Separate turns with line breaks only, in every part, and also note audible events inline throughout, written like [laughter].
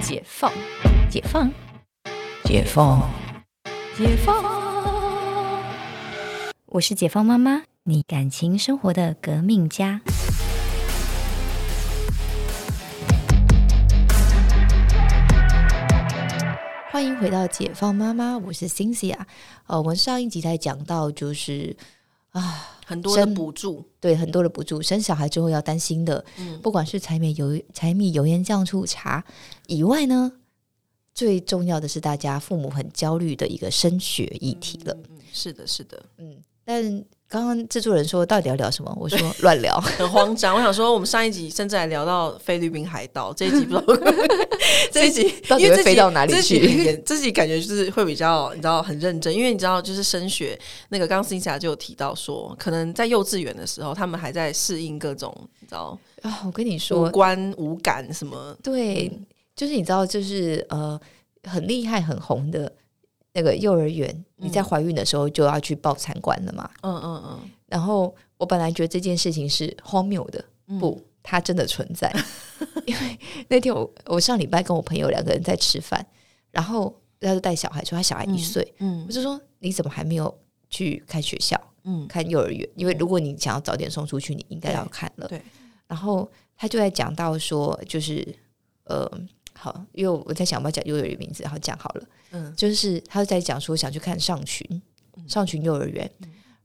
解放，解放，解放，解放。
我是解放妈妈，你感情生活的革命家。
欢迎回到解放妈妈，我是 Cynthia。呃，我们上一集才讲到，就是啊，
很多的
生
补助，
对很多的补助，生小孩之后要担心的，
嗯，
不管是柴米油柴米油盐酱醋茶以外呢，最重要的是大家父母很焦虑的一个升学议题了。
嗯，是的，是的，
嗯，但刚刚制作人说到底要聊什么，我说乱聊。
很慌张。我想说，我们上一集甚至还聊到菲律宾海盗，这一集不知道这一集
到底
因为
会
这
飞
集
到哪里
这集
去
也 [laughs] 这集感觉就是会比较你知道很认真，因为你知道就是升学那个，刚刚 c y n 就有提到说，可能在幼稚园的时候，他们还在适应各种你知道
[laughs] 啊，我跟你
无
说，
关无感什么，
对，
嗯
就是你知道，就是呃，很厉害、很红的那个幼儿园，你在
嗯
怀孕的时候就要去报参观了嘛。
嗯嗯
然后我本来觉得这件事情是荒谬的，
嗯，
不，它真的存在。 [laughs] 因为那天我我上礼拜跟我朋友两个人在吃饭，然后他就带小孩说他小孩一
嗯
岁，
嗯，
我就说你怎么还没有去看学校？
嗯
看幼儿园，因为如果你想要早点送出去，你应该要看了。
对对
然后他就在讲到说，就是呃，好，因为我在想要不要讲幼儿园名字，好讲好了，
嗯
就是他在讲说想去看上群，上群幼儿园，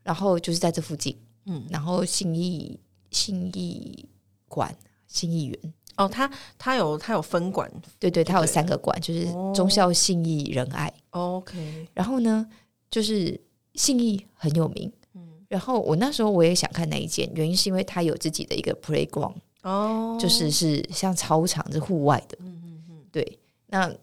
然后就是在这附近，
嗯，
然后信义信义馆。信义园，
哦，他他有他有分管
对对，它有
对
三个馆，就是
哦
忠孝、信义、仁爱。
，OK，
然后呢，就是信义很有名。
嗯，
然后我那时候我也想看那一间，原因是因为它有自己的一个 playground，
哦，
就是是像操场是户外的，
嗯嗯嗯。
对。那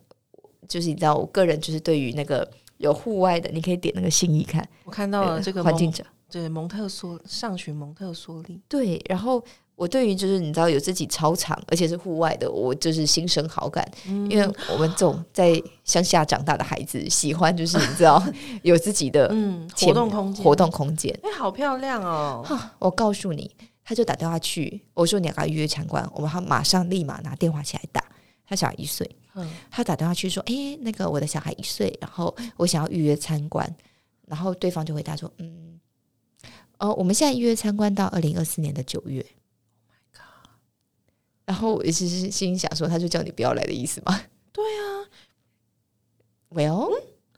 就是你知道，我个人就是对于那个有户外的，你可以点那个信义看，
我看到了
呃
哦这个
环
蒙
境者
对蒙特梭上学蒙特梭利，
对。然后我对于就是你知道有自己操场，而且是户外的，我就是心生好感，
嗯
因为我们这种在乡下长大的孩子，喜欢就是你知道 [laughs] 有自己的
嗯活
前
动空间
活，动空间。
哎、好漂亮 [laughs] 哦！
哈，我告诉你，他就打电话去，我说你要跟他约参观，我们他马上立马拿电话起来打。他小孩一岁，
嗯
他打电话去说：“诶，那个我的小孩一岁，然后我想要预约参观。”然后对方就回答说：“嗯，呃，我们现在预约参观到二零二四年的九月。”
Oh
然后我其实心想说，他就叫你不要来的意思吗？
对啊，
？Well，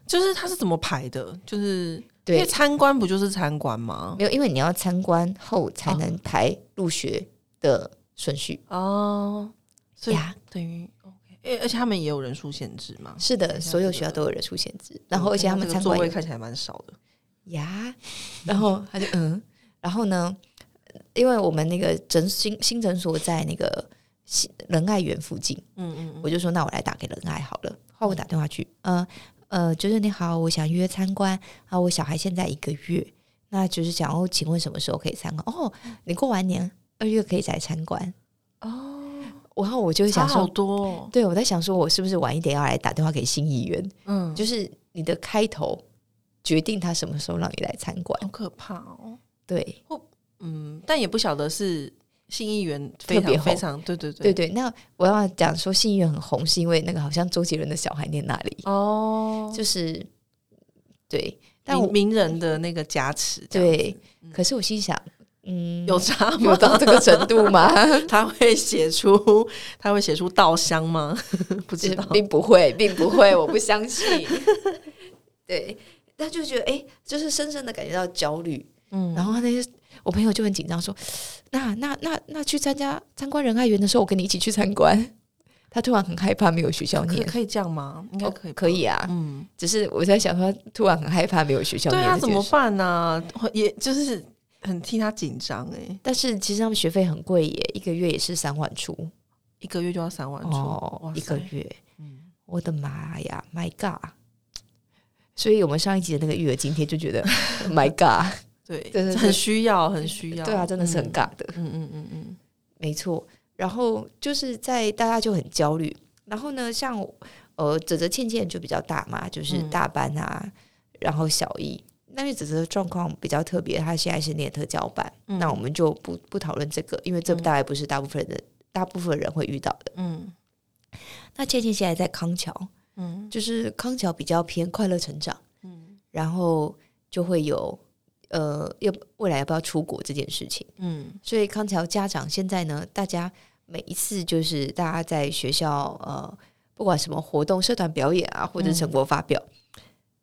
就是它是怎么排的？就是因为
对，
参观不就是参观吗？
没有，因为你要参观后才
哦
能排入学的顺序。
哦，所以
呀
等于 OK，诶而且他们也有人数限制嘛。
是
等
的，
一下
所有
这
学校
个
都有人数限制，然后而且他
我看
们
到嗯这个
参
座
观
位
有
看起来蛮少的。
呀，然后他就嗯，然后呢，因为我们那个诊新新诊所在那个西仁爱园附近，
嗯嗯
我就说那我来打给仁爱好了。后来我打电话去，呃呃，就是你好，我想约参观啊，我小孩现在一个月，那就是想哦，请问什么时候可以参观？哦，你过完年二月可以来参观。
嗯，哦，
然后我就
差
想
好
说，
多、哦。
对我在想说，我是不是晚一点要来打电话给新议员？
嗯，就
就是你的开头决定他什么时候让你来参观。
好可怕哦。
对
嗯，但也不晓得是新议员非
特别
常
红
非常对对
对对，
对
那我要讲说信义园很红，是因为那个好像周杰伦的小孩念那里，
哦，
就是对，但我
名名人的那个加持，这样
对
子，
可是我心想，嗯，
有差
有
吗？
到这个程度
[laughs]
吗？ [laughs]
他会写出他会写出稻香吗？不知道，
并 [laughs] 不会，并不会，我不相
[laughs]
信。对，但就觉得哎、诶就是深深的感觉到焦虑，
嗯
然后那些我朋友就很紧张说：“ [sighs] 那那那那去参加参观仁爱园的时候，我跟你一起去参观。” [laughs] 他突然很害怕没有学校
可
念，
可以这样吗？应该
哦
可以，
可以啊。
嗯，
只是我在想说，他突然很害怕没有学校
对
念
啊，
这
怎
件
么
事
办呢？我也就是很替他紧张哎，
但是其实他们学费很贵耶，一个月也是三万出
一个月就要三万出，
哦
哇，
一
塞
个，月，
嗯，
我的妈呀，My God！所以我们上一集的那个育儿津贴就觉得 [laughs] ，My [laughs] God，
对，
对对
很需要，很需要，
对啊，真的是很
嗯，
尬的。
嗯嗯嗯嗯，
没错。然后就是在大家就很焦虑，然后呢，像呃泽泽倩倩就比较大嘛，就是
嗯
大班啊，然后小一。那因为泽泽的状况比较特别，她现在是念特教班，
嗯
那我们就不不讨论这个，因为这
嗯
大概不是大部分人的、大部分人会遇到的。
嗯
那倩倩现在在康桥，
嗯
就是康桥比较偏快乐成长，
嗯
然后就会有呃，要未来要不要出国这件事情。
嗯
所以康桥家长现在呢，大家每一次就是大家在学校呃，不管什么活动、社团表演啊，或者成果发表、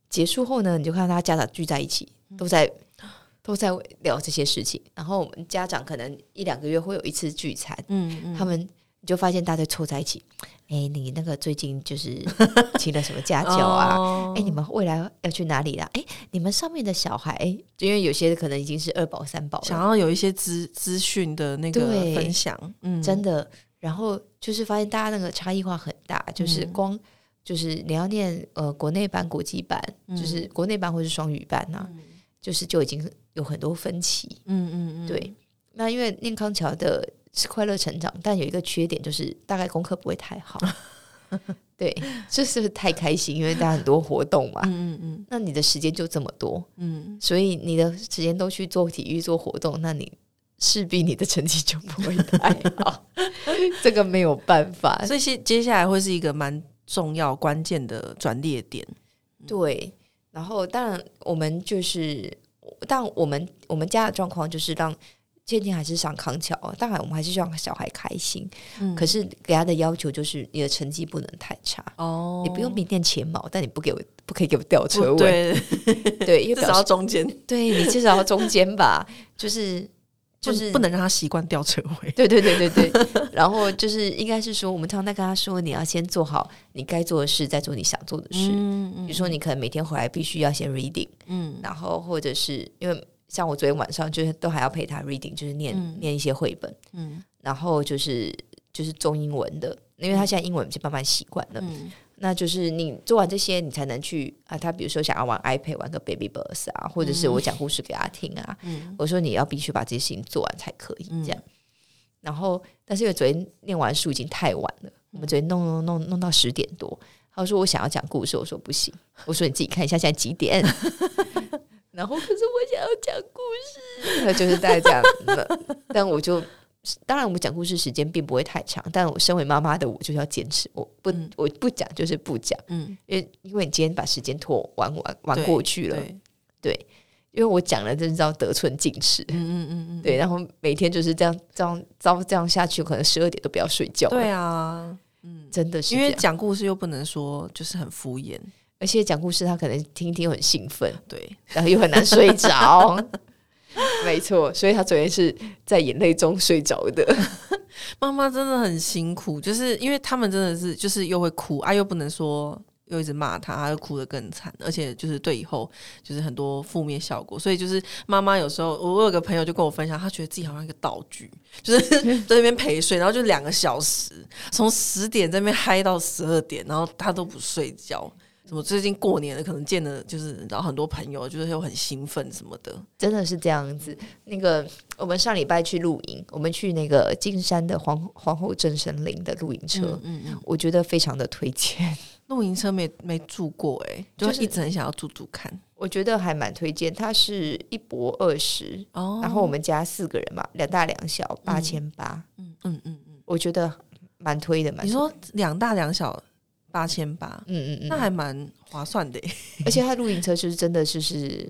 结束后呢，你就看到他家长聚在一起，
嗯
都在都在聊这些事情。然后我们家长可能一两个月会有一次聚餐，
嗯嗯，
他们你就发现大家凑在一起，哎、你那个最近就是请了什么家教啊？
哦
哎、你们未来要去哪里啦？哎、你们上面的小孩，哎因为有些可能已经是二宝、三宝了，
想要有一些资资讯的那个
对
分享，嗯，
真的。然后就是发现大家那个差异化很大，就是
嗯
光、就是你要念呃国内班、国际班，
嗯
就是国内班或是双语班呐、就是就已经有很多分歧。
嗯嗯嗯，
对，那因为念康桥的是快乐成长，但有一个缺点就是大概功课不会太
[laughs]
好。对，就是太开心，因为大家很多活动嘛，
嗯嗯
那你的时间就这么多，
嗯
所以你的时间都去做体育、做活动，那你势必你的成绩就不会太
[laughs]
好，这个没有办法
嗯，。所以接接下来会是一个蛮重要关键的转捩点，
[laughs] 对，然后当然我们就是，但我们我们家的状况就是让倩倩还是上康桥，当然我们还是希望小孩开心，
嗯
可是给他的要求就是你的成绩不能太差。
哦
你不用名店前茅，但你不给我，不可以给我掉车
不
尾，
对，
对，因为
[laughs] 至
表
少
示
要中间，
对你至少要中间吧，就是就是
不能让他习惯掉车尾，
对对对对对，然后就是应该是说，我们常常在跟他说，你要先做好你该做的事，再做你想做的事。
嗯嗯
比如说，你可能每天回来必须要先 reading，
嗯
然后或者是因为像我昨天晚上就是都还要陪他 reading，就是念、
嗯
念一些绘本，
嗯
然后就是就是中英文的，因为他现在英文已经慢慢习惯了。
嗯
那就是你做完这些，你才能去啊。他比如说想要玩 iPad，玩个 Baby Bus 啊，或者是我讲故事给他听啊。
嗯
我说你要必须把这些事情做完才可以
嗯
这样。然后，但是因为昨天念完书已经太晚
嗯
了，我们昨天弄弄弄弄到十点多。他说我想要讲故事，我说不行，
[laughs]
我说你自己看一下现在几点。 [laughs] 然后可是我想要讲故
[laughs]
事，他就是大概这样。那但我就当然我们讲故事时间并不会太长，但我身为妈妈的我就要坚持，我不、
嗯
我不讲就是不讲，
嗯，
因为因为你今天把时间拖玩玩玩
对
过去了，
对，
因为我讲了，真知道得寸进尺。
嗯嗯嗯嗯，
对，然后每天就是这样，这样，糟这样下去，可能十二点都不要睡觉。
对，啊，嗯，
真的是
因
这
为
样。
讲故事又不能说就是很敷衍，
而且讲故事，他可能听一听很兴奋，
对，
然后又很难睡着。 [laughs] 没错，所以他昨天是在眼泪中睡着的。 [laughs]
妈妈真的很辛苦，就是因为他们真的是就是又会哭啊，又不能说又一直骂他，他又哭得更惨，而且就是对以后就是很多负面效果。所以就是妈妈有时候，我我有个朋友就跟我分享，他觉得自己好像一个道具，就是在那边陪睡，然后就两个小时，从十点在那边嗨到十二点，然后他都不睡觉。什么最近过年了，可能见了就是然后很多朋友，就是又很兴奋什么的。
真的是这样子。那个，我们上礼拜去露营，我们去那个金山的皇皇后镇神林的露营车，
嗯嗯，
我觉得非常的推荐，
露营车没没住过哎、就
就是
一直很想要住住看。
我觉得还蛮推荐。它是一博二十，
哦
然后我们家四个人嘛，两大两小，八千八，
嗯嗯嗯嗯，
我觉得蛮推的，蛮
你
推
说两大两小八千八，
嗯嗯
那
嗯，
还蛮划算的耶。
而且它露营车就是真的就是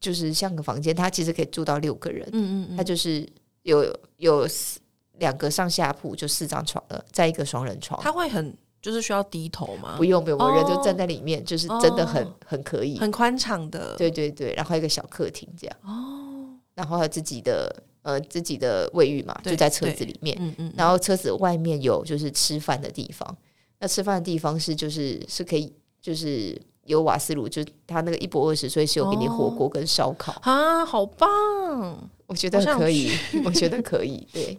就是像个房间，它其实可以住到六个人，
嗯
它就是有有四两个上下铺，就四张床了，再一个双人床。
他会很就是需要低头吗
不？用不用，我人就
哦
站在里面，就是真的很
哦
很可以，
很宽敞的。
对对对，然后还有一个小客厅这样，
哦，
然后还有自己的呃自己的卫浴嘛，
对
就在车子
对
里面，
嗯嗯，
然后车子外面有就是吃饭的地方，那吃饭的地方是就是是可以就是有瓦斯炉，就是它那个一博二十，所以是有给你火锅跟烧烤，
啊，好棒！
哦我觉得
好想
可以，我觉得可 [laughs] 以，对。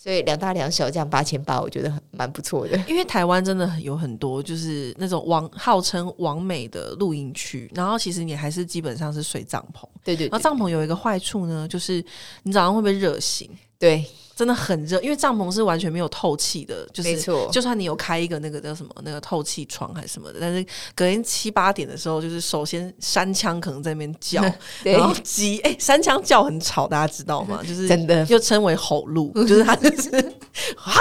所以两大两小这样八千八，我觉得很蛮不错的。
因为台湾真的有很多就是那种王号称王美的露营区，然后其实你还是基本上是睡帐篷。
对对
然后
对，
帐篷有一个坏处呢，就是你早上会被热醒，
对，
真的很热，因为帐篷是完全没有透气的，就
没
是
错，
就算你有开一个那个叫什么那个透气窗还是什么的，但是隔天七八点的时候，就是首先山枪可能在那边叫，
[laughs] 对
然后鸡哎、山枪叫很吵，大家知
[laughs]
道吗？就是
真的
又称为
[laughs]
吼路，就是它就是啊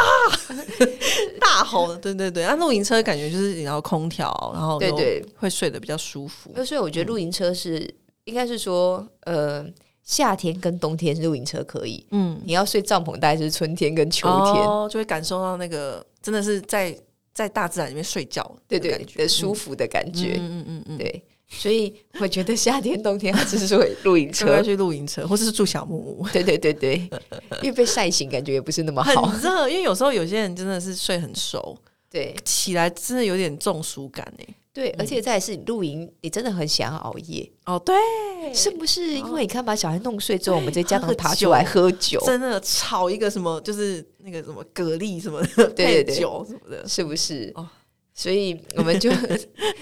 大吼，对对对。那露营车感觉就是然后空调，然后
对
又
对
会睡得比较舒服。
所以我
嗯
觉得露营车是应该是说，呃，夏天跟冬天露营车可以，
嗯，
你要睡帐篷大概就是春天跟秋天，
哦、就会感受到那个真的是在在大自然里面睡觉
对
的
对
感觉，
的舒
嗯
服的感觉，
嗯嗯嗯嗯，
对。所以我觉得夏天、冬天还是会露营
[laughs] 车
车，
去露营车，或者是住小木
[laughs]
屋。
对对对对，因为被晒醒感觉也不是那么好。
很热，因为有时候有些人真的是睡很熟，
对
起来真的有点中暑感哎、
对，而且再来是你露营，你真的很想要熬夜，
哦，对，哦
是不是？因为你看把小孩弄睡之后，我们这家长
喝
爬
酒
出来喝酒，
真的炒一个什么，就是那个什么蛤蜊什么的，
对对
配酒什么的，
是不是
哦？
所以我们 [laughs] 就，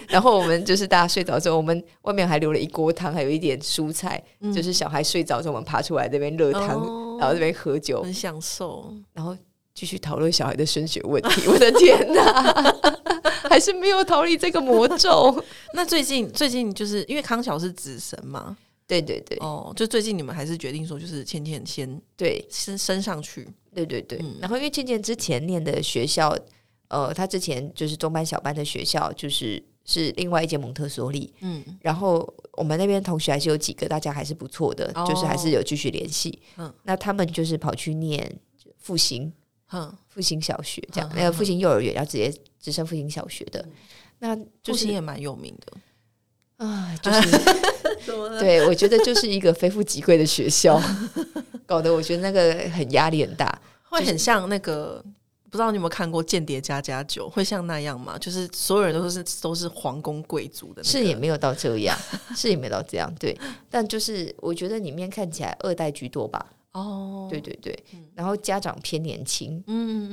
然后我们就是大家睡着之后，我们外面还留了一锅汤，还有一点蔬菜，
嗯
就是小孩睡着之后，我们爬出来这边热汤，
哦
然后这边喝酒，
很享受。
然后继续讨论小孩的升学问题。 [laughs] 我的天哪， [laughs] 还是没有逃离这个魔咒。
那最近最近就是因为康桥是子神嘛，
[laughs] 对对对
哦，就最近你们还是决定说，就是倩倩先
对
先升上去，
对对对
嗯。
然后因为倩倩之前念的学校，呃，她之前就是中班小班的学校，就是是另外一间蒙特梭利，
嗯
然后我们那边同学还是有几个，大家还是不错的，
哦
就是还是有继续联系。
嗯
那他们就是跑去念复兴
哼，
复兴小学，这样
嗯嗯
那个复兴幼儿园，然后直接直升复兴小学的。那
就
就是是
也蛮有名的，嗯
啊，就是
[laughs] 怎么了？
对我觉得就是一个非富即贵的学校，搞得我觉得那个很压力很大。
会很像那个，不知道你有没有看过《间谍加加酒》，会像那样吗？就是所有人都是都是皇宫贵族的、那个，
是也没有到这样，是也没有到这样，对。但就是我觉得里面看起来二代居多吧，
哦，
对，对对。然后家长偏年轻，
嗯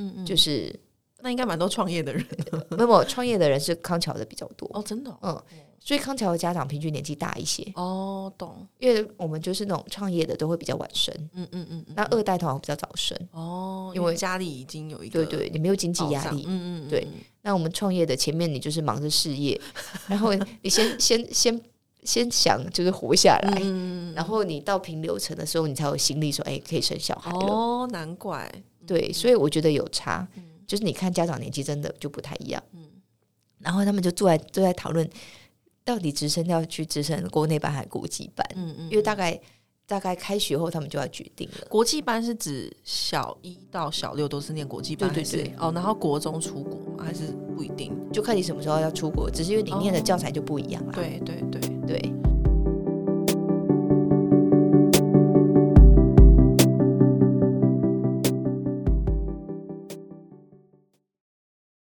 嗯嗯，
就
就是那应该蛮多创业的人
没有创业的人是康桥的比较多，
哦，真的哦，
嗯，所以康桥的家长平均年纪大一些，
哦懂，
因为我们就是那种创业的都会比较晚生，
嗯嗯嗯嗯，
那二代通常比较早生，
哦，
因
因
为
为家里已经有一个
对对，你没有经济
保
压
障
力。
嗯嗯嗯，
对那我们创业的前面你就是忙着事
[laughs]
业，然后你先先先先想就是活下
嗯
来，
嗯，嗯
然后你到平流程的时候，你才有心力说，哎，可以生小孩了。
哦，嗯难怪，
对，所以我觉得有差，就是你看家长年纪真的就不太一样。嗯，然后他们就坐在都在讨论，到底直升要去直升国内班还是国际班？
嗯嗯，
因为大概大概开学后他们就要决定了。
国际班是指小一到小六都是念国际班，
对
还是
对对
哦，然后国中出国吗？还是不一定？
就看你什么时候要出国，只是因为你念的教材就不一样啦。
哦对对对，
对